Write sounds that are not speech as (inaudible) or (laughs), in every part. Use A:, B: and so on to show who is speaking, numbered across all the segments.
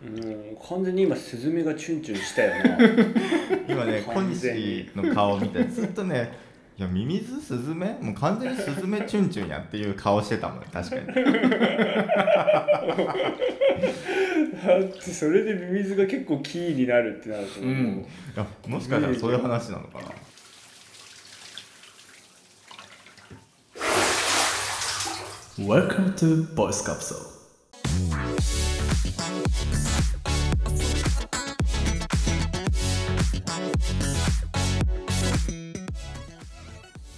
A: もう完全に今スズメがチュンチュンしたよな
B: 今ね小
A: 完全に
B: 西の顔見てずっとねいやミミズスズメもう完全にスズメチュンチュンやっていう顔してたもん確かに
A: だってそれでミミズが結構キーになるってなると、
C: うん
B: いやもしかしたらそういう話なのかな
C: う Welcome to Voice Capsule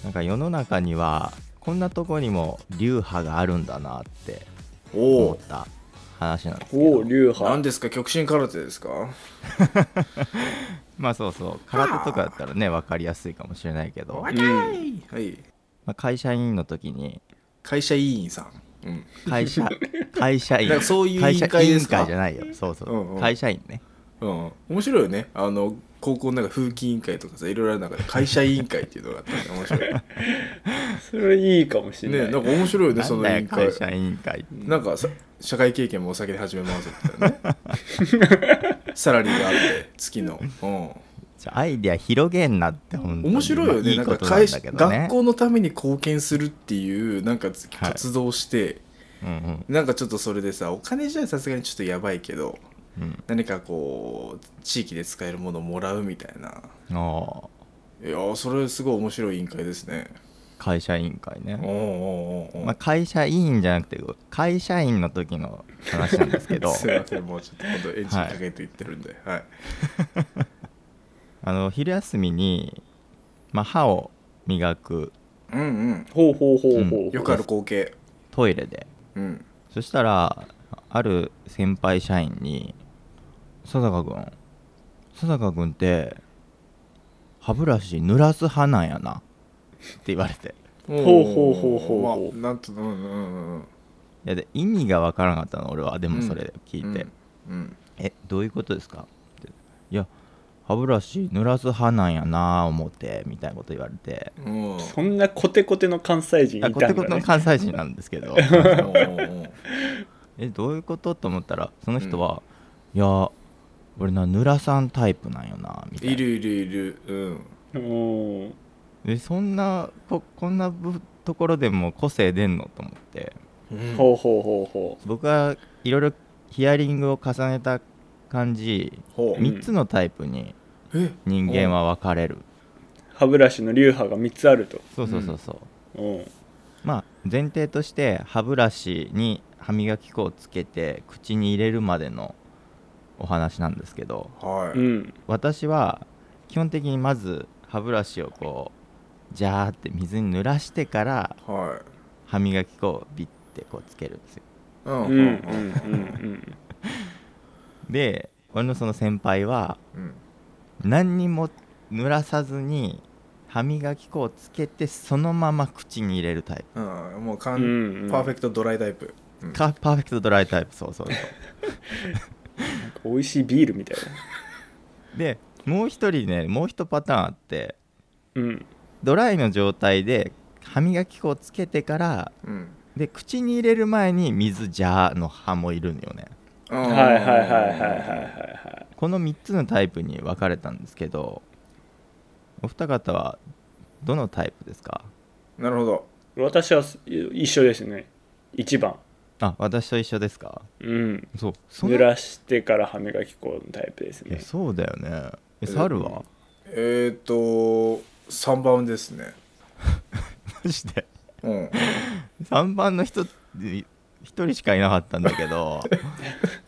B: なんか世の中にはこんなとこにも流派があるんだなって
C: お
B: 思った話なんですけ
A: お
B: ど
A: お流
C: 何
A: 派
C: ですか極真空手ですか
B: まあそうそう空手とかだったらね分かりやすいかもしれないけど、ま
C: はい
B: あ、会社員の時に
C: 会社委員さんうん
B: 会 (laughs) 社会社員
C: だからそういう委員会
B: 会社
C: ですか
B: じゃないよそうそう、
C: うんうん
B: 会社員ね
C: うん、面白いよねあの高校の中風紀委員会とかさいろいろある中で会社委員会っていうのがあったね面白いね
A: それいいかもしれ
C: な
B: (laughs)
A: ない、
C: んか面白いよね
B: な
C: そ
B: ん
C: の委
B: だよ
C: 員会
B: 会社委員会
C: なんかさ社会経験もお酒で始めますみたいなね
B: (laughs)
C: サラリーがあって月の、う
B: じゃあアイディア広げんなって本当
C: ん、
B: に
C: 面白いよね,、
B: まあいい
C: なん
B: こ
C: か
B: となん
C: 会
B: だ
C: 社
B: けどね
C: 学校のために貢献するっていうなんか
B: はい
C: 活動をして、
B: うんうん
C: なんかちょっとそれでさお金じゃさすがにちょっとやばいけど
B: うん
C: 何かこう地域で使えるものをもらうみたいな
B: あ
C: いやーそれすごい面白い委員会ですね
B: 会社委員会
C: おう
B: ね、
C: おうおうおう
B: まあ、会社委員じゃなくて会社員の時の話なんですけ
C: (laughs)
B: ど
C: すいませんもうちょっと今度エンジンかけていってるんではい、
B: あの昼休みに、まあ、歯を磨く
C: うんうん
A: ほうほうほうほう、
B: うん
C: よくある光景
B: トイレで
C: うん
B: そしたらある先輩社員に「佐坂君佐坂君って歯ブラシ濡らす派なんやな」って言われて
C: ほ
A: うほうほうほうほう
C: まあ、なんとうんうんうんうん
B: いやで意味が分からなかったの俺はでもそれ聞いて「
C: うん
B: えどういうことですか?」って「いや歯ブラシ濡らす派なんやな思って」みたいなこと言われて。
C: うんうん
A: そんなコテコテの関西人いた
B: あ
A: ん
B: こ
A: だ、
B: て
A: ね、
B: ことの関西人なんですけどえどういうことと思ったらその人は「いや俺な濡らさんタイプなんよな」みたいない
C: るいるいるうん
A: うん
B: でそんなここんなぶところでも個性出んのと思って
C: うん
A: ほうほうほうほ
B: 僕はいろいろヒアリングを重ねた感じ
C: ほ
A: み
B: 3つのタイプに
C: うえ
B: 人間は分かれる
A: う歯ブラシの流派が3つあると
B: そうそうそうそう、
A: うん
B: まあ前提として歯ブラシに歯磨き粉をつけて口に入れるまでのお話なんですけど
C: は
A: う
C: い
A: ん
B: 私は基本的にまず歯ブラシをこうジャーって水に濡らしてから
C: は
B: 歯磨き粉をビッてこうつけるんですよ
C: いうん
A: うん
C: う
A: うん
C: ん
A: うんうん
B: で俺のその先輩は
C: うん
B: 何にも濡らさずに歯磨き粉をつけてそのまま口に入れるタイ
C: うんもう
A: う
C: 完、
A: んうん
C: パーフェクトドライタイプ
B: プかパーフェクトドライタイプそうそうそ
A: 美味しいビールみたいう
B: でもう一人ねもう一パターンあって
A: なうん
B: ドライの状態で歯磨き粉をつけてから
C: うん
B: で口に入れる前に水ジャーの歯もいるんだよね
C: はい
A: はいはいはいはいはいは
B: この3つのタイプに分かれたんですけどお二方はどのタイプですか
C: いなるほど
A: い私は一緒ですね1番
B: あ私と一緒ですか
A: うん
B: そうその
A: 濡らしてから歯磨き粉のタイプです
B: いや
A: ね
B: そうだよねえ猿は、
C: えー、っと3番ですね
B: マジで
C: うん
B: 3番の人1人しかいなかったんだけど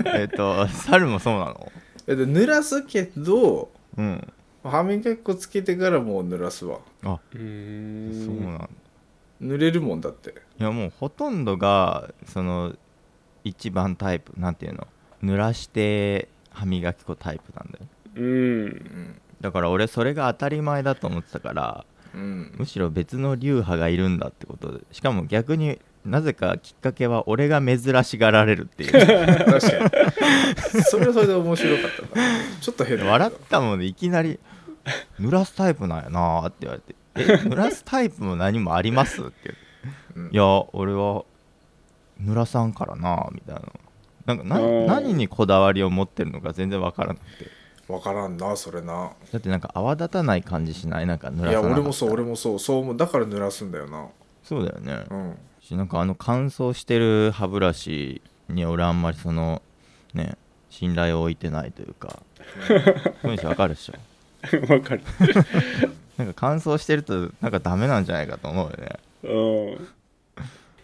B: えっと猿もそうなの
C: えで濡らすけど
B: うん
C: 歯磨き粉つけてからもう濡らすわ
B: あ
A: う
B: そうんなんだ
C: 濡れるもんだって
B: いやもうほとんどがその一番タイプなんていうの濡らして歯磨き粉タイプなんだよ
A: うん
C: うん
B: だから俺それが当たり前だと思ってたから
C: うん
B: むしろ別の流派がいるんだってことでしかも逆になぜかきっかけは俺が珍しがられるっていう
C: 確かにそれはそれで面白かったなちょっと変だけど
B: 笑ったもんでいきなり「濡らすタイプなんやな」って言われて「え濡らすタイプも何もあります?」って言って
C: うん
B: いや俺は濡らさんからな」みたいななんかな
A: うん
B: 何にこだわりを持ってるのか全然わからなくて
C: 分からんなそれな
B: だってなんか泡立たない感じしないなんか濡ら
C: い
B: さな
C: や
B: かった
C: 俺もそう俺もそうそう思うだから濡らすんだよな
B: そうだよね
C: うん
B: しなんかあの乾燥してる歯ブラシに俺あんまりそのね信頼を置いてないという
C: (laughs)
B: か文章わかるでしょ
A: わかる
B: なんか乾燥してるとなんかダメなんじゃないかと思うよね
A: うん
C: い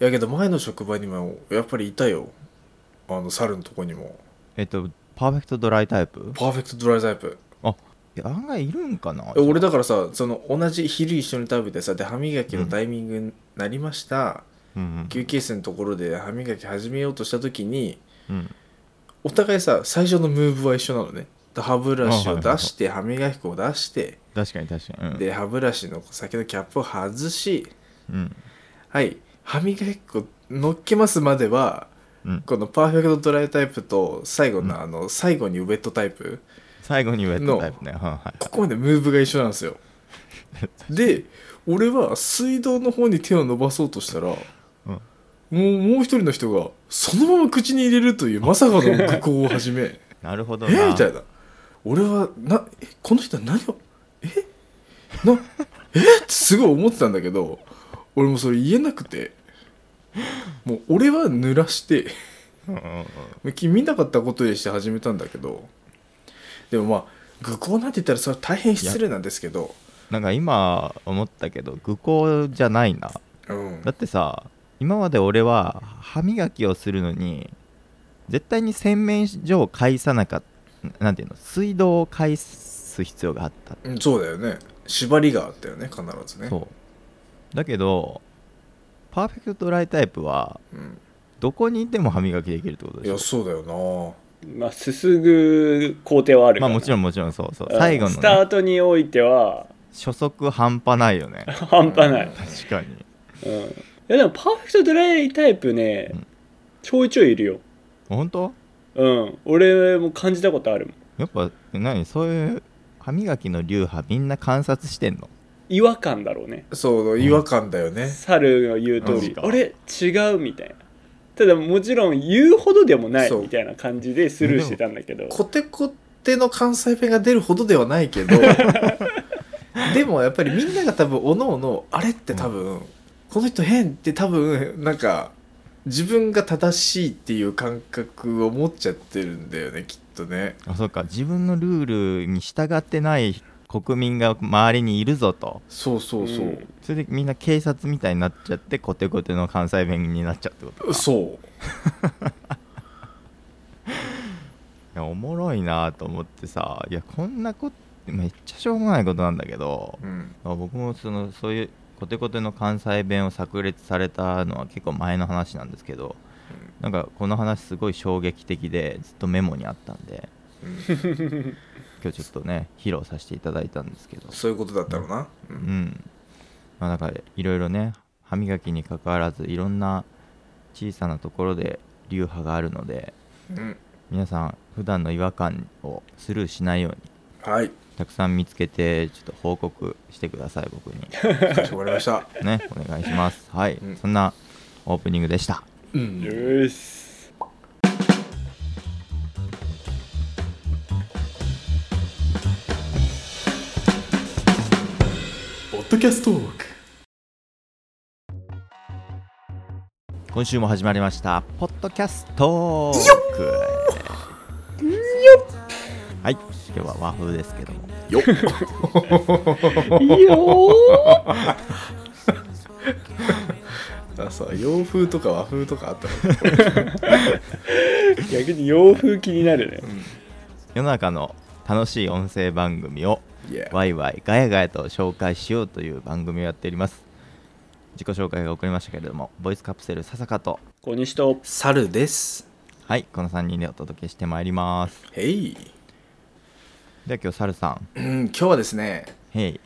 C: やけど前の職場にもやっぱりいたよあの猿のとこにも
B: えっとパーフェクトドライタイプ
C: パーフェクトドライタイプ
B: いや案外いるんかな
C: え俺だからさその同じ昼一緒に食べてさで歯磨きのタイミングになりました、
B: うん
C: 休憩室のところで歯磨き始めようとした時に
B: うん、うん、
C: お互いさ最初のムーブは一緒なのねで歯ブラシを出して歯磨き粉を出して
B: 確かに確かに
C: で歯ブラシの先のキャップを外し
B: うんうん
C: はい歯磨き粉乗っけますまでは
B: うん、
C: このパーフェクトドライタイプと最後の、あの最後にウェットタイプ
B: 最後にウェットタイプね、はいはい
C: ここまでムーブが一緒なんですよで俺は水道の方に手を伸ばそうとしたら、もうもう一人の人がそのまま口に入れるというまさかの愚行を始めえ
B: なるほ (laughs) どな
C: みたいな俺はなえこの人は何をえなえってすごい思ってたんだけど俺もそれ言えなくてもう俺は濡らして
B: うんうんうん
C: 見なかったことでして始めたんだけどでもまあ愚行なんて言ったらそれは大変失礼なんですけど
B: なんか今思ったけど愚行じゃないな
C: うん
B: だってさ今まで俺は歯磨きをするのに絶対に洗面所を介さなかったなんていうの水道を介す必要があった、
C: うんそうだよね縛りがあったよね必ずね
B: そうだけどパーフェクトドライタイプは
C: うん、
B: どこにいても歯磨きできるってこと
C: い
B: でしょ
C: やそうだよな
A: まあすすぐ工程はあるか
B: まあ
A: ら
B: もちろんもちろんそうそう
A: うん
B: 最後の、
A: スタ
B: ね、
A: ートにおいては
B: 初速半端ないよね
A: 半端ない、
B: 確かに
A: うん、いやでもパーフェクトドライタイプね、
B: うん
A: ちょいちょいいるよ
B: 本当
A: うん俺も感じたことあるもん
B: やっぱ何そういう歯磨きの流派みんな観察してんの
A: 違和感だろうね
C: そう違和感だよね、
A: 猿の言う通り
B: マ
A: あれ違うみたいなただもちろん言うほどでもない
C: そう
A: みたいな感じでスルーしてたんだけど
C: コテコテの関西弁が出るほどではないけど
A: (laughs)
C: でもやっぱりみんなが多分おのおのあれって多分、この人変って多分なんか自分が正しいっていう感覚を持っちゃってるんだよねきっとね
B: あそうか自分のルールに従ってない国民が周りにいるぞと
C: そうそうそう、
A: うん
B: それでみんな警察みたいになっちゃってコテコテの関西弁になっちゃうってことかい
C: そう
B: やおもろいなと思ってさいやこんなことめっちゃしょうもないことなんだけど、
C: うん
B: まあ僕もそのそういうコテコテの関西弁を炸裂されたのは結構前の話なんですけど、なんかこの話すごい衝撃的でずっとメモにあったんで
C: うん
B: 今日ちょっとね披露させていただいたんですけど
C: そういうことだったろうな、う
B: うんんまあだからいろいろね歯磨きに関わらずいろんな小さなところで流派があるので
C: うん
B: 皆さん普段の違和感をスルーしないように
C: はい
B: たくさん見つけてちょっと報告してください僕に
C: かしこまりました (laughs)
B: ねお願いしますはい、
C: うん
B: そんなオープニングでした
C: うん
A: よーし
C: ポッドキャストトーク
B: 今週も始まりましたポッドキャストークはい今日は和風ですけども
C: よっ
A: いいよー
C: あさ洋風とか和風とかあったの (laughs)
A: 逆に洋風気になるね
B: 世の中の楽しい音声番組を
C: いや
B: ワイワイガヤガヤと紹介しようという番組をやっております自己紹介が遅れましたけれどもボイスカプセルささかと
A: 小西と
C: 猿です
B: はいこの3人でお届けしてまいります
C: へい、
B: では今日サルさん
C: うん、今日はですね
B: へい
C: ち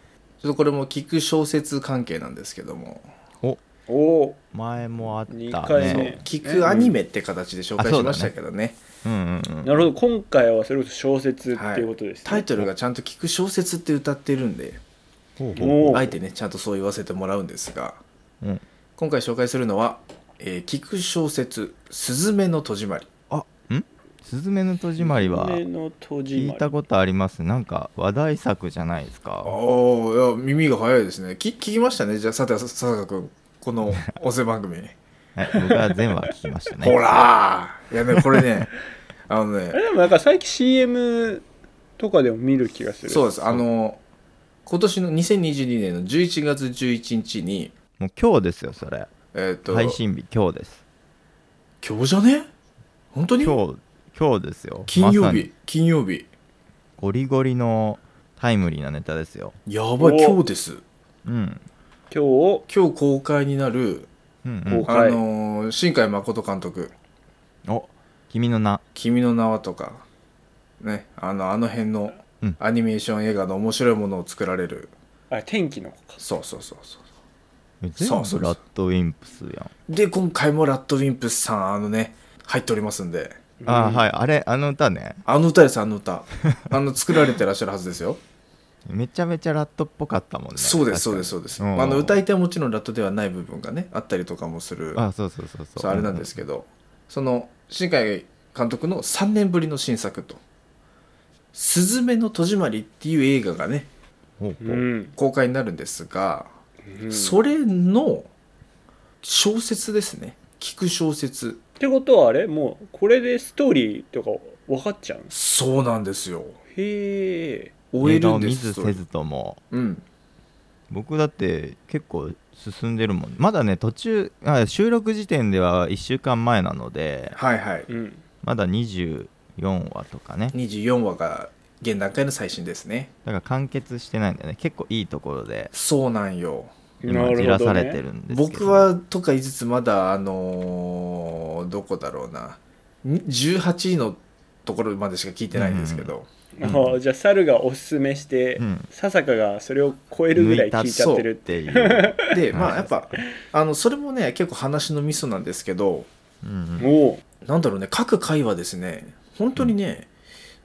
C: ょっとこれも聞く小説関係なんですけども、
B: お
A: おお
B: 前もあったね
A: 二回目
C: 聞くアニメって形で紹介しましたけどね,、
B: うんうんうん
A: なるほど今回はそれこそ小説っていうことですね、
C: タイトルがちゃんと聞く小説って歌ってるんで
B: ほうほう
A: おお
C: あえてねちゃんとそう言わせてもらうんですが
B: うん
C: 今回紹介するのは、えー聞く小説「すずめの戸締まり
B: あうすずめの戸締まりは
A: 夢の戸締
B: 聞
A: ま
B: い
A: り
B: たことありますなんか話題作じゃないです
C: あ
B: か
C: あいや耳が早いですねき聞きましたねじゃあさてさ坂君このお世番組
B: はい僕は全話聞きましたね
C: ほらーいやねこれ
B: (laughs)
C: ねあのね
A: あれでもなんか最近 CM とかでも見る気がする
C: そうですあの今年の2022年の11月11日に
B: もう今日ですよそれ
C: えっ、と
B: 配信日今日です
C: 今日じゃね本当に
B: 今日今日ですよ
C: 金
B: ま
C: 曜
B: さ
C: 日
B: に
C: 金曜日
B: ゴリゴリのタイムリーなネタですよ
C: やばい
A: お
C: 今日です
B: うん
A: 今日
C: 今日公開になる、
B: うん、
A: はい
C: あのー新海誠監督
B: うん、お君の名
C: 「君の名は」とかねあのあの辺の
B: うん
C: アニメーション映画の面白いものを作られる、
A: あれ天気の子か
C: そうそうそうそう
B: 全
C: そうそうそう
B: 部ラッドウィンプスやん
C: で今回もラッドウィンプスさんあのね入っておりますんで
B: あ
A: うん
B: はいあれあの歌ね
C: あの歌ですあの歌 (laughs) あの作られてらっしゃるはずですよ
B: めちゃめちゃラットっぽかったもんね
C: そうですそ
B: 確か
C: うで
B: に
C: すそうです、
B: うん
C: あの歌い手はもちろんラットではない部分がねあったりとかもする
B: あそうそうそうそう
C: そうあれなんですけど、その新海監督の3年ぶりの新作と「すずめの戸締まり」っていう映画がね
B: ほうほう
A: うん、
C: 公開になるんですが、
A: うん
C: それの小説ですね聞く小説
A: ってことはあれもうこれでストーリーとか分かっちゃうの
C: そうなんですよ
A: へえ
C: 終え
B: 映画
C: る
B: を
C: んで
B: 見
C: す
B: ずせずとも
C: うん
B: 僕だって結構進んでるもんまだね途中あ収録時点では1週間前なので
C: はいはい
A: うん
B: まだ24話とかね
C: 24話が現段階の最新ですね
B: だから完結してないんだよね結構いいところで
C: そうなんよ
A: な
B: 今
A: るほどね
B: じらされてるんですけど
C: 僕はとか言いつつまだあのーどこだろうなに18位のところまでしか聞いてないんですけど、
A: あーじゃあ猿がおすすめして、
B: うん
A: 笹香がそれを超えるぐらい聞いちゃってる
B: 抜
A: っ
B: い
A: て
B: たっていう、
C: で
B: うん
C: まあやっぱあのそれもね結構話のミソなんですけど
B: うんうん
A: おお
C: なんだろうね各回はですね本当にね、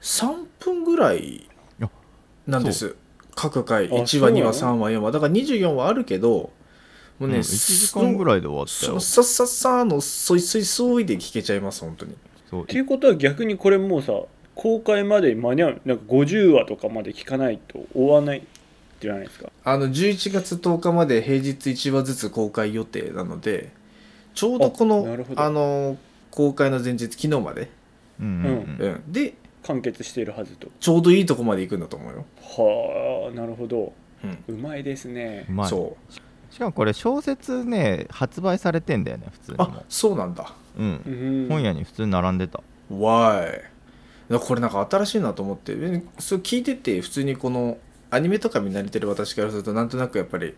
C: 3分ぐらい
B: や
C: なんです各回
A: あ
C: 1話
A: そうな
C: 2
A: の
C: 話3話4話だから24話あるけど
B: う
C: もう
B: ん
C: ね、
B: 1時間ぐ
C: い
B: らいで終わった
C: そ
B: よ
C: のさっさっさーのそいそいそいで聞けちゃいます本当に
B: そう
A: っていうことは逆にこれもうさ公開まで間に合うなんか50話とかまで聞かないと追わないじゃないですか
C: あの11月10日まで平日1話ずつ公開予定なのでちょうどこ
A: あなる
C: の
A: ほど
C: あの公開の前日昨日まで、
B: うんうん
C: う
B: うん
C: ん、で
A: 完結しているはずと
C: ちょうどいいとこまで行くんだと思うよ、
A: はあなるほど
C: うん
A: うまいですね
B: うまい
C: そう
B: しかもこれ小説ね発売されてんだよね普通に
C: あ
B: も
C: そうなんだ
B: うん
A: うん
B: 本屋に普通に並んでた
C: Why だこれなんか新しいなと思ってえそれ聞いてて普通にこのアニメとか見慣れてる私からするとなんとなくやっぱり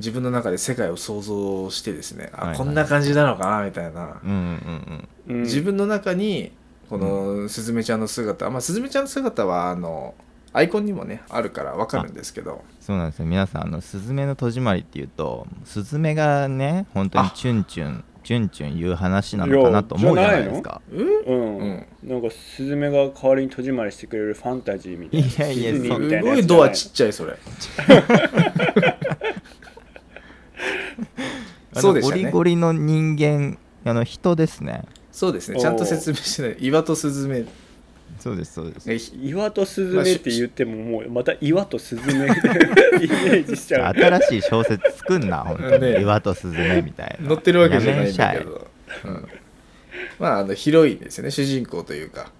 C: 自分の中で世界を想像してですね
B: はい
C: あ
B: はい
C: こんな感じなのかなみたいな、
B: うんうんうん
A: うん
C: 自分の中にこのすずめちゃんの姿、まあすずめちゃんの姿はあのアイコンにもねあるからわかるんですけど
B: そうなんですよ皆さんあの「すずめの戸締まり」っていうとすずめがね本当にチュンチュンチュンチュン言う話なのかなと思うじゃないですか
C: え
A: うん、
C: うん
A: なんかスズメが代わりに戸締まりしてくれるファンタジーみたいない
B: やいや
A: ディズニー
B: そん
A: み
B: な
A: た
C: す
A: いな
C: ご
A: や
C: い
A: つ
C: ドア
A: じ
C: ちっちゃいそれ
B: あの
C: (laughs) そうでした
B: ゴリ
C: ね
B: ゴリの人間あの人ですね
C: そうですねちゃんと説明してない岩とすずめ
B: そうですそうです
C: が
A: ゃ
C: ひ
A: ない岩とスズメって言ってももうまた岩とスズメイメージしちゃう
B: 新しい小説作んな本当に、
C: ね
B: 岩とすずめみたいな
C: 乗ってるわけじゃないん
B: や
C: だ
B: め
C: け
B: し
C: ど、うん、まああのヒロインですよね主人公というか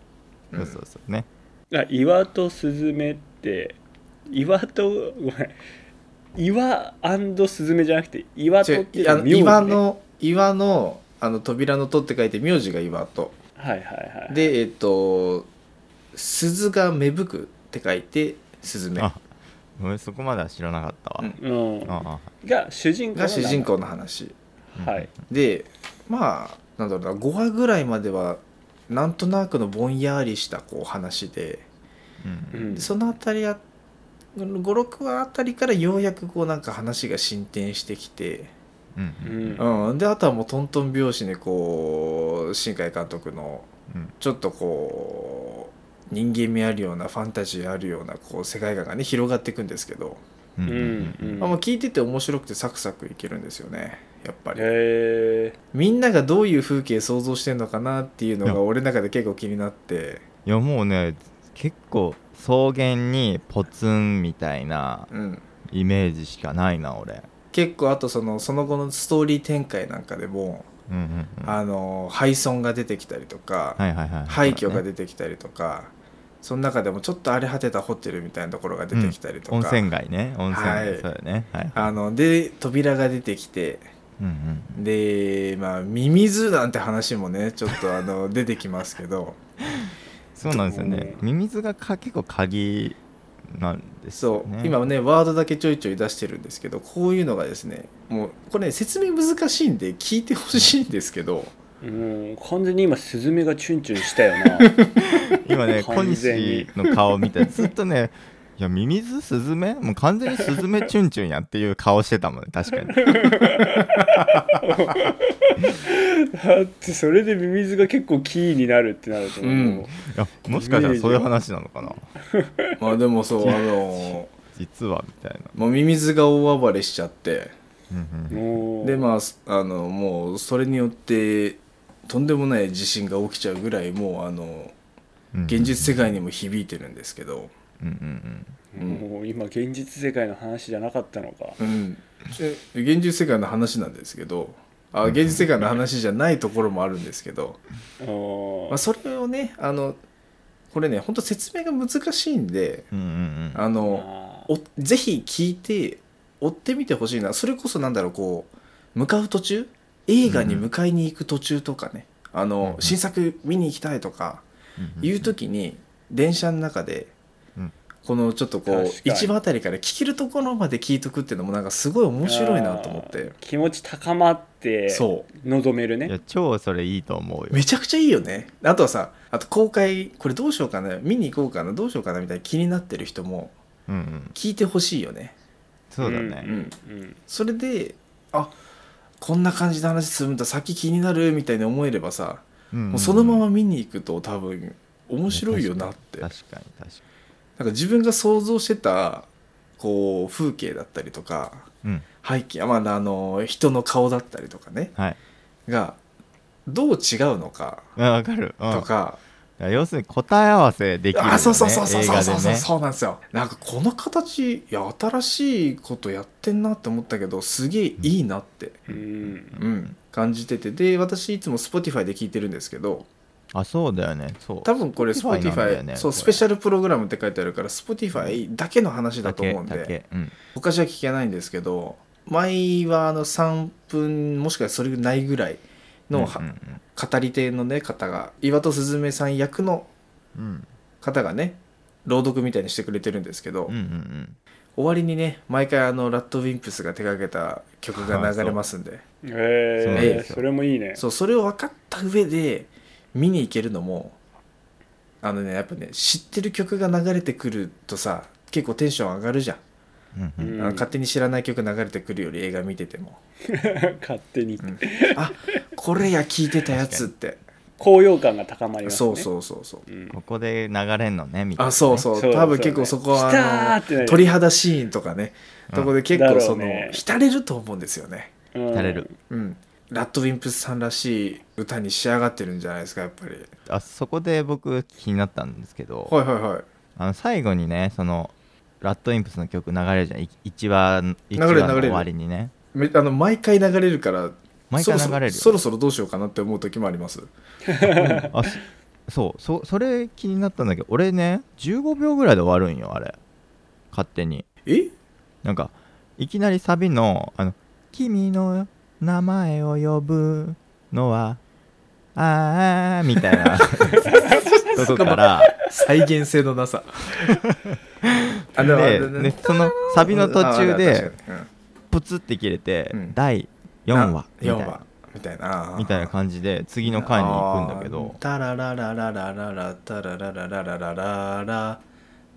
B: ゃえそうそうそうね
A: あ岩とスズメって岩とごめん岩スズメじゃなくて岩と
C: 違
A: っ
C: う
A: ていう
C: あ
A: 名
C: の
A: 字ね
C: 岩の岩のあの扉の「と」って書いて名字が岩と
A: はいはいはい
C: でえっと「鈴が芽吹く」って書いて「すずめ」
B: あ俺そこまでは知らなかったわ、
C: うん
A: うん
B: あ
A: が主人公の
C: が主人公の話
B: あ
A: はい
C: でまあなんだろうな5話ぐらいまではなんとなくのぼんやりしたこう話で
B: うん
A: うん
C: そのあたりあ56話あたりからようやくこうなんか話が進展してきて、
B: うん
A: うん
C: うん、であとはもうトントン拍子にこう新海監督の
B: うん
C: ちょっとこう人間味あるようなファンタジーあるようなこう世界観がね広がっていくんですけど、
B: うんうん
A: う
B: うんん
A: うん
C: まあ、聞いてて面白くてサクサクいけるんですよね。やっぱり
A: へえ
C: みんながどういう風景想像してんのかなっていうの
B: い
C: が
B: や
C: 俺の中で結構気になって
B: いやもうね結構草原にポツンみたいな
C: うん
B: イメージしかないな俺
C: 結構あとそのその後のストーリー展開なんかでも、
B: うんうんうんは
C: あの廃村が出てきたりとか、
B: いはいはい
C: 廃墟が
B: て
C: 出てきたりとかその中でもちょっと荒れ果てたホテルみたいなところが出てきたりとか、
B: 温泉街ね温泉
C: はい
B: 街そうだねはい
C: あので扉が出てきて
B: うんうん
C: でまあミミズなんて話もねちょっとあの出てきますけど
B: そうなんですよ
A: ちょっ
B: ね
A: と
B: ミミズがか結構鍵なんです
C: そ
B: よ
C: う、
B: ね
C: 今ねワードだけちょいちょい出してるんですけどこういうのがですねもうこれ、ね、説明難しいんで聞いてほしいんですけ
B: (laughs)
C: ど
A: もう完全に今スズメがチュンチュンしたよな
B: (laughs)
A: (laughs)
B: 今ね小
A: 完全に
B: 西の顔見てずっとねいやミミズスズメもう完全にスズメチュンチュンやっていう顔してたもんね確かに
A: だってそれでミミズが結構キーになるってなるともう、
B: いやもしかしたらそういう話なのかな
C: まあでもそうあの
B: 実はみたいな
C: もうミミズが大暴れしちゃって
B: うんうん
A: もう
C: でまあすあのもうそれによってとんでもない地震が起きちゃうぐらいもうあの
B: うんうん
C: 現実世界にも響いてるんですけど、
B: うんうん
A: もう今現実世界の話じゃなかったのか
C: うん、え現実世界の話なんですけどあ現実世界の話じゃないところもあるんですけど、
A: あ
C: まあ、
A: ー
C: それをねあのこれね本当説明が難しいんで
B: うんうんうんうん
C: あの
A: あー
C: おぜひ聞いて追ってみてほしいなそれこそなんだろうこう向かう途中映画に迎えに行く途中とかね、あの
B: うん
C: 新作見に行きたいとかいう時に電車の中で
B: うん
C: このちょっとこう
A: 確かに
C: 一番あたりから聞けるところまで聞いとくっていうのもなんかすごい面白いなと思っ
A: あー
C: て
A: 気持ち高まって
C: そう
A: 望める
B: いや
A: ね
B: 超それいいと思うよ
C: めちゃくちゃいいよねあとはさあと公開これどうしようかな見に行こうかなどうしようかなみたいな気になってる人も
B: うんうん
C: 聞いてほしいよね
B: そうだね
A: うん
C: それであこんな感じの話するんだ先気になるみたいに思えればさ、もうそのまま見に行くと多分面白いよなってなんか
B: 確かに確かに確か
C: 自分が想像してたこう風景だったりとか
B: にうん
C: 背景まああの人の顔だったりとかね
B: はい
C: がどう違うのか
B: あわかるうん
C: とか、
B: いや要するに答え合わせできるよね
C: あそうそうそうそう
B: 映
C: そう
B: 画で
C: そう
B: ね
C: そうそうなんですよなんかこの形いや新しいことやってんなって思ったけどすげえいいなって、
A: うんうん
C: うん感じててで私いつも Spotify で聞いてるんですけど
B: あそうだよねそう
C: 多分これ
B: Spotify なんだ
C: Spotify、
B: よね
C: そう
B: これ
C: スペシャルプログラムって書いてあるから Spotify だけの話だと思うん
B: だ
C: で
B: けうん
C: 他じゃ聞けないんですけど前はあの3分もしくはそれないぐらいのは、
B: うんうん
C: 語り手の、ね、方が岩戸すずめさん役の
B: うん
C: 方がね朗読みたいにしてくれてるんですけど、
B: うんうんうん
C: 終わりにね毎回あのラッドウィンプスが手掛けた曲が流れますんで
B: そうな
A: え
B: んで
A: ー
B: すよ
A: それもいいね
C: そうそれを分かった上で見に行けるのもあのねやっぱね知ってる曲が流れてくるとさ結構テンション上がるじゃん、
B: うんうん
A: う
C: あ
A: ん
C: の勝手に知らない曲流れてくるより映画見てても
A: 勝手に
C: あこれや聞いてたやつって、
A: 高揚感が高まりますね
C: そうそうそうそう
A: うん
B: ここで流れんのねみたいなね
C: あそうそう
A: そう
C: 多分結構そこは
A: そうね来たー
C: あ
A: ってな
C: の
A: る
C: 鳥肌シーンとかね、
B: うん
C: とこで結構その、
A: だろうね
C: 浸れると思うんですよね
A: うん
B: される
C: うん、ラッドウィンプスさんらしい歌に仕上がってるんじゃないですかやっぱり
B: あそこで僕気になったんですけど
C: はいはいはい
B: あの最後にねそのラッドインプスの曲流れるじゃんい一話一
C: 流れる
B: 話の
C: 流れる
B: 終わりにね
C: めあの毎回流れるから
B: 毎回流れるよ
C: そろそろそろそろどうしようかなって思う時もあります
B: (laughs) あそそうそそれ気になったんだけど俺ね15秒ぐらいで終わるんよあれ勝手に
C: え
B: なんかいきなりサビの「あの君の名前を呼ぶのはああ」みたい
C: (laughs)
B: なとこから
C: 再現性のなさあでもあ
B: で
C: れだね
B: でそのサビの途中で
C: ああ
B: プツって切れて、
C: うん
B: 第4
C: 確
B: 話
C: か
B: み
C: にうん
B: たいな
C: 4話みたいなああ
B: みたいな感じで次の回に行くんだけど
C: あータラララララララタララララララララ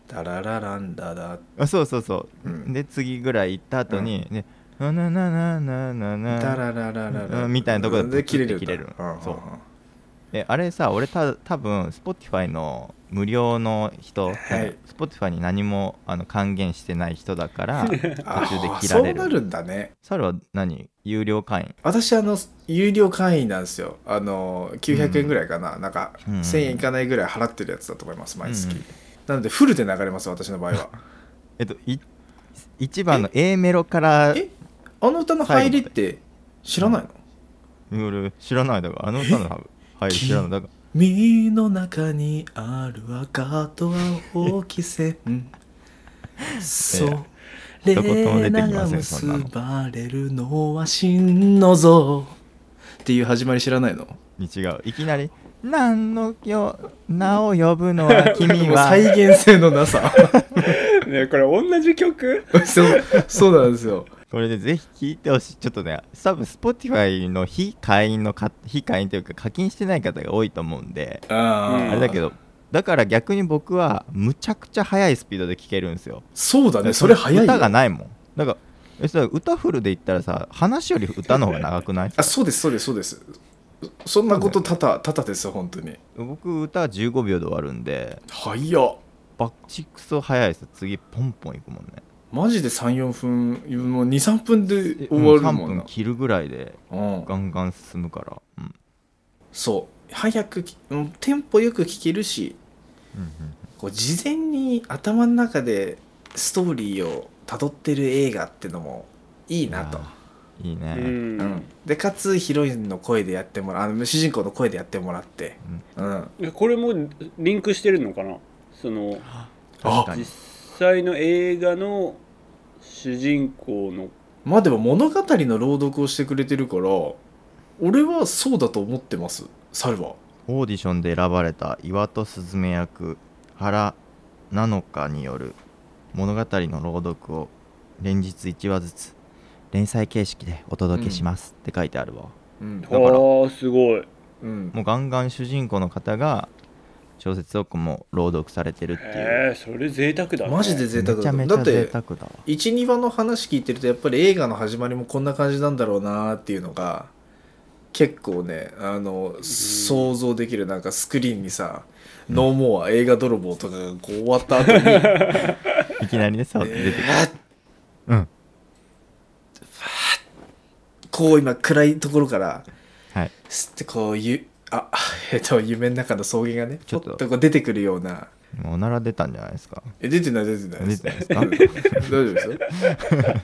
C: タララランダダ
B: あそうそうそう、
C: うん
B: で次ぐらい行った後に、ねななななななな
C: タラララララ
B: うんみたいなとこで
C: で切れる
B: 切れる
C: うん
B: そう
C: うんうん
B: えあれさ俺た多分 Spotify の無料の人、
C: はい、
B: Spotify に何もあの還元してない人だから途中で
C: (laughs) あー
B: 切られ
C: そうな
B: る
C: るんだね
B: サルは何有料会員
C: 私あの有料会員なんですよあの900円ぐらいかな、なんか
B: うん
C: 1000円いかないぐらい払ってるやつだと思います毎月、
B: うん
C: なのでフルで流れます私の場合
B: (laughs)
C: は
B: えっとい1番の A メロから
C: えあの歌の入りって知らないの
B: 俺知らないだからあの歌のハブはい知らないだか
C: 身の中にある赤と青き線それなが結ばれるのは真のぞっていう始まり知らないの
B: ら違ういきなり「何のよ名を呼ぶのは君
C: もう
B: は」
C: 再現性のなさ
A: ねこれ同じ曲
C: (laughs) そうそうなんですよ
B: これでぜひ聞いてほしいちょっとね多分 Spotify の非会員のか非会員というか課金してない方が多いと思うんで
C: あ
A: うん
B: あれだけどだから逆に僕はむちゃくちゃ速いスピードで聴けるんですよ
C: そうだねそれ早いよ
B: 歌がないもんだからえそれ歌フルで言ったらさ話より歌の方が長くない
C: あそうですそうですそうですそんなこと多々多々ですよ本当に
B: (laughs) 僕歌は15秒で終わるんで
C: 早っ
B: バッチクソ速いです次ポンポンいくもんね
C: マジで34分もう23分で終わるも
B: 3
C: ん
B: 分
C: な
B: 切るぐらいで
C: うん
B: ガンガン進むから、うん
C: そう早くきうんテンポよく聴けるしこう事前に頭の中でストーリーをたどってる映画ってのもいいなと
B: いやいいね、
A: う
C: うんん、でかつヒロインの声でやってもらうあの主人公の声でやってもらって、うん、
A: これもリンクしてるのかなその
B: 確かに
A: 実際の映画の主人公の
C: まあでも物語の朗読をしてくれてるから俺はそうだと思ってますサルは
B: オーディションで選ばれた岩戸鈴芽役原菜乃香による物語の朗読を連日1話ずつ連載形式でお届けしますって書いてあるわ、
C: うん
A: ああーすごい
C: うん
B: もうガンガン主人公の方が小説をもう朗読されてるっていう
A: へえそれ贅沢だね
C: マジで贅沢
B: めち
C: だ
B: ゃ
C: と思
B: め
C: う
B: ち
C: だ
B: ゃ
C: っ
B: 贅沢
C: て
B: だわ
C: 12話の話聞いてるとやっぱり映画の始まりもこんな感じなんだろうなっていうのが結構ねあの想像できるなんかスクリーンにさ「ノーモア映画泥棒」とかがこう終わった
B: (laughs)
C: 後に「
B: いきなりねそう出てくる、
C: えー
B: うん
C: こう今暗いところから
B: はい
C: すってこうゆあえっと夢の中の草原がね
B: ち
C: ち
B: ょ
C: ょ
B: っ
C: っ
B: と
C: とこう出てくるような
B: もうおなら出たんじゃないですか
C: え出てない出てない
B: 出てないですか
C: 大丈夫ですよ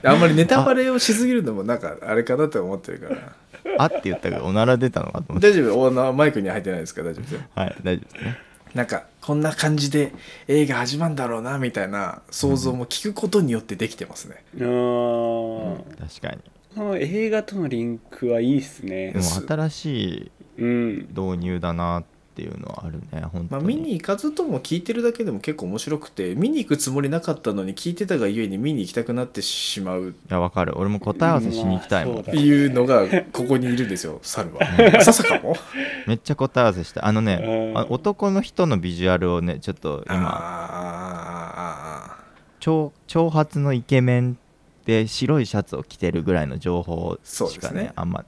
C: あんまりネタバレをしすぎるのもなんかあれかなと思ってるから
B: あって言ったけどおなら出たのかと思って
C: 大丈夫おなマイクには入ってないですか大丈夫ですよ
B: はい大丈夫ですね
C: なんかこんな感じで映画始まるんだろうなみたいな想像も聞くことによってできてますね、
A: あー
B: 確かに
A: この映画とのリンクはいいっすね
B: でも新しい
A: うん
B: 導入だなっていうのはあるね本
C: ま
B: 当
C: あ、
B: に、
C: 見に行かずとも聞いてるだけでも結構面白くて見に行くつもりなかったのに聞いてたがゆえに見に行きたくなってしまう
B: いやわかる俺も答え合わせしに行きたいもん、
A: うんまあそうだ
C: いうのがここにいるんですよ猿はささかも
B: めっちゃ答え合わせしたあの
A: う
B: ね
A: ん
B: あ男の人のビジュアルをねちょっと今
C: ああ
B: 長長髪のイケメンで白いシャツを着てるぐらいの情報
C: そう
B: し
C: で
B: か
C: す
B: ね
C: ね
B: あんま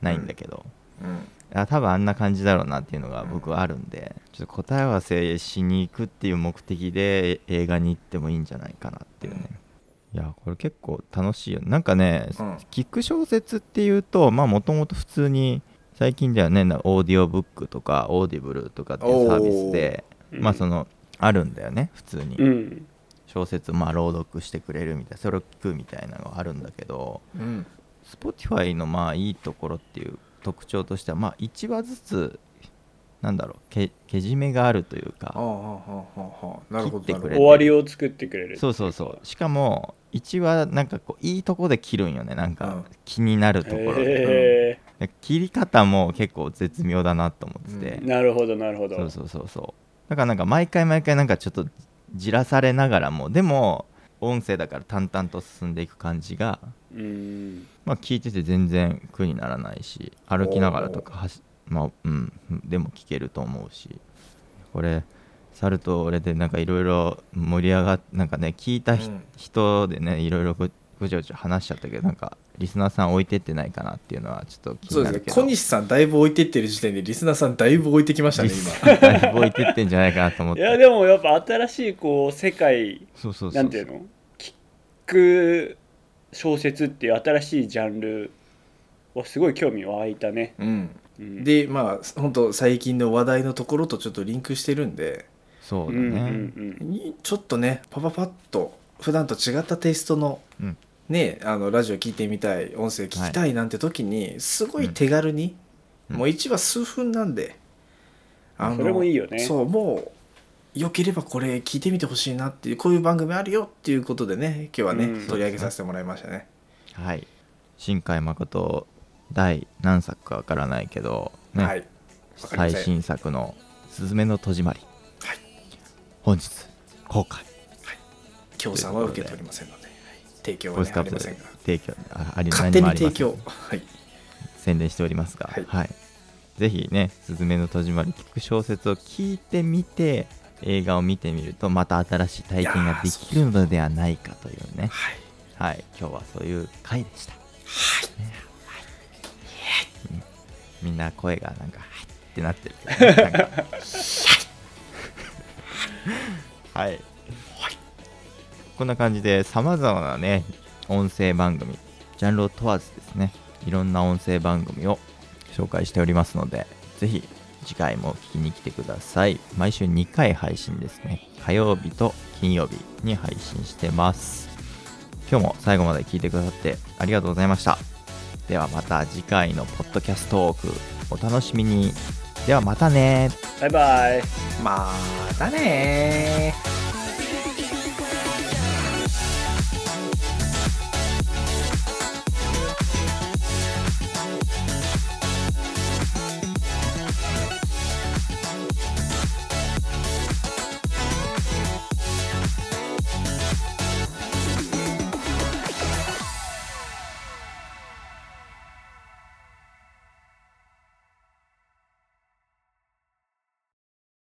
B: ないんだけど、
C: うん
B: あ多分あんな感じだろうなっていうのが僕はあるんで、ちょっと答え合わせしに行くっていう目的で映画に行ってもいいんじゃないかなっていうね、いやこれ結構楽しいよなんかね、
C: うん
B: 聞く小説っていうとまあもともと普通に最近ではねなオーディオブックとかオーディブルとかっていうサービスで
A: おー
B: まあ
A: うん
B: その、あるんだよね普通に、
A: うん
B: 小説をまあ朗読してくれるみたいなそれを聞くみたいなのがあるんだけど、
C: うん、
B: Spotify のまあいいところっていう特徴としてはまあ1話ずつなんだろうけけじめがあるという
C: ああ
B: か
C: ああああなるほ
B: 切って
C: ど
B: く
C: な
B: れ
C: る
A: 終わりを作ってくれる
B: そうそうそうしかも1話なんかこういいとこで切るんよねなん
C: うん
B: か気になるところで
A: へ
B: で切り方も結構絶妙だなと思って
A: え
B: て、
A: なるほどなるほど
B: そうそうそうそうだからなんか毎回毎回なんかちょっとじらされながらもでも音声だから淡々と進んでいく感じが
A: うん
B: まあ、聞いてて全然苦にならないし歩きながらとか走まあうんでも聞けると思うしこれ猿と俺でなんかいろいろ盛り上がっなんかね聞いたひ、
C: うん
B: 人でねいろいろこうごちゃごちゃ話しちゃったけどなんかリスナーさん置いてってないかなっていうのはちょっと気
C: そう
B: にな
C: ですね
B: るけど
C: 小西さんだいぶ置いてってる時点でリスナーさんだいぶ置いてきましたね
B: リス
C: 今
B: ナーさんだい (laughs) ぶ置いてってんじゃないかなと思っ
A: い
B: て
A: やでもやっぱ新しいこう世界
B: そうそうそ
A: な
B: う
A: んていうのキック小説っていう新しいジャンルはすごい興味湧いたね、
C: うん
A: うん、
C: でまあ本当最近の話題のところとちょっとリンクしてるんで
B: そううんだ
A: うんう
B: ね
A: ん
C: にちょっとねパパパッと普段と違ったテイストの、
B: うん
C: ねあのラジオ聞いてみたい音声聞きたいなんて時に、すごい手軽に、
B: うん
C: もう1話数分なんで、
A: それもいいよね
C: そうもうよければこれ聞いてみてほしいなっていうこういう番組あるよっていうことでね今日はね、
A: うん
C: 取り上げさせてもらいましたね。
B: はい新海誠第何作かわからないけど、ね
C: はいわか
B: 最
C: りません
B: 新作の「すずめの戸締まり」
C: はい
B: 本日公開
C: 協賛は受けておりませんので、はい提供は、
B: ボイス、
C: ねあ
B: カ
C: り
B: プ
C: ま
B: セ
C: せん
B: ル
C: が
B: 提供ああり
C: 勝手
B: 何も
C: に
B: ありませ
C: 提
B: ん
C: 供はい
B: 宣伝しておりますが、
C: はい
B: ぜひね「すずめの戸締まり」聞く小説を聞いてみて映画を見てみるとまた新しい体験ができるのではないかというね
C: は
B: は
C: い
B: い今日はそういう回でした
C: はい
B: みんな声がなんかはいってなってるけどねなんかはいこんな感じでさまざまなね音声番組ジャンルを問わずですねいろんな音声番組を紹介しておりますのでぜひ次回も聞きに来てください毎週2回配信ですね火曜日と金曜日に配信してます今日も最後まで聞いてくださってありがとうございましたではまた次回のポッドキャストトークお楽しみにではまたね
A: バイバイ
C: またねー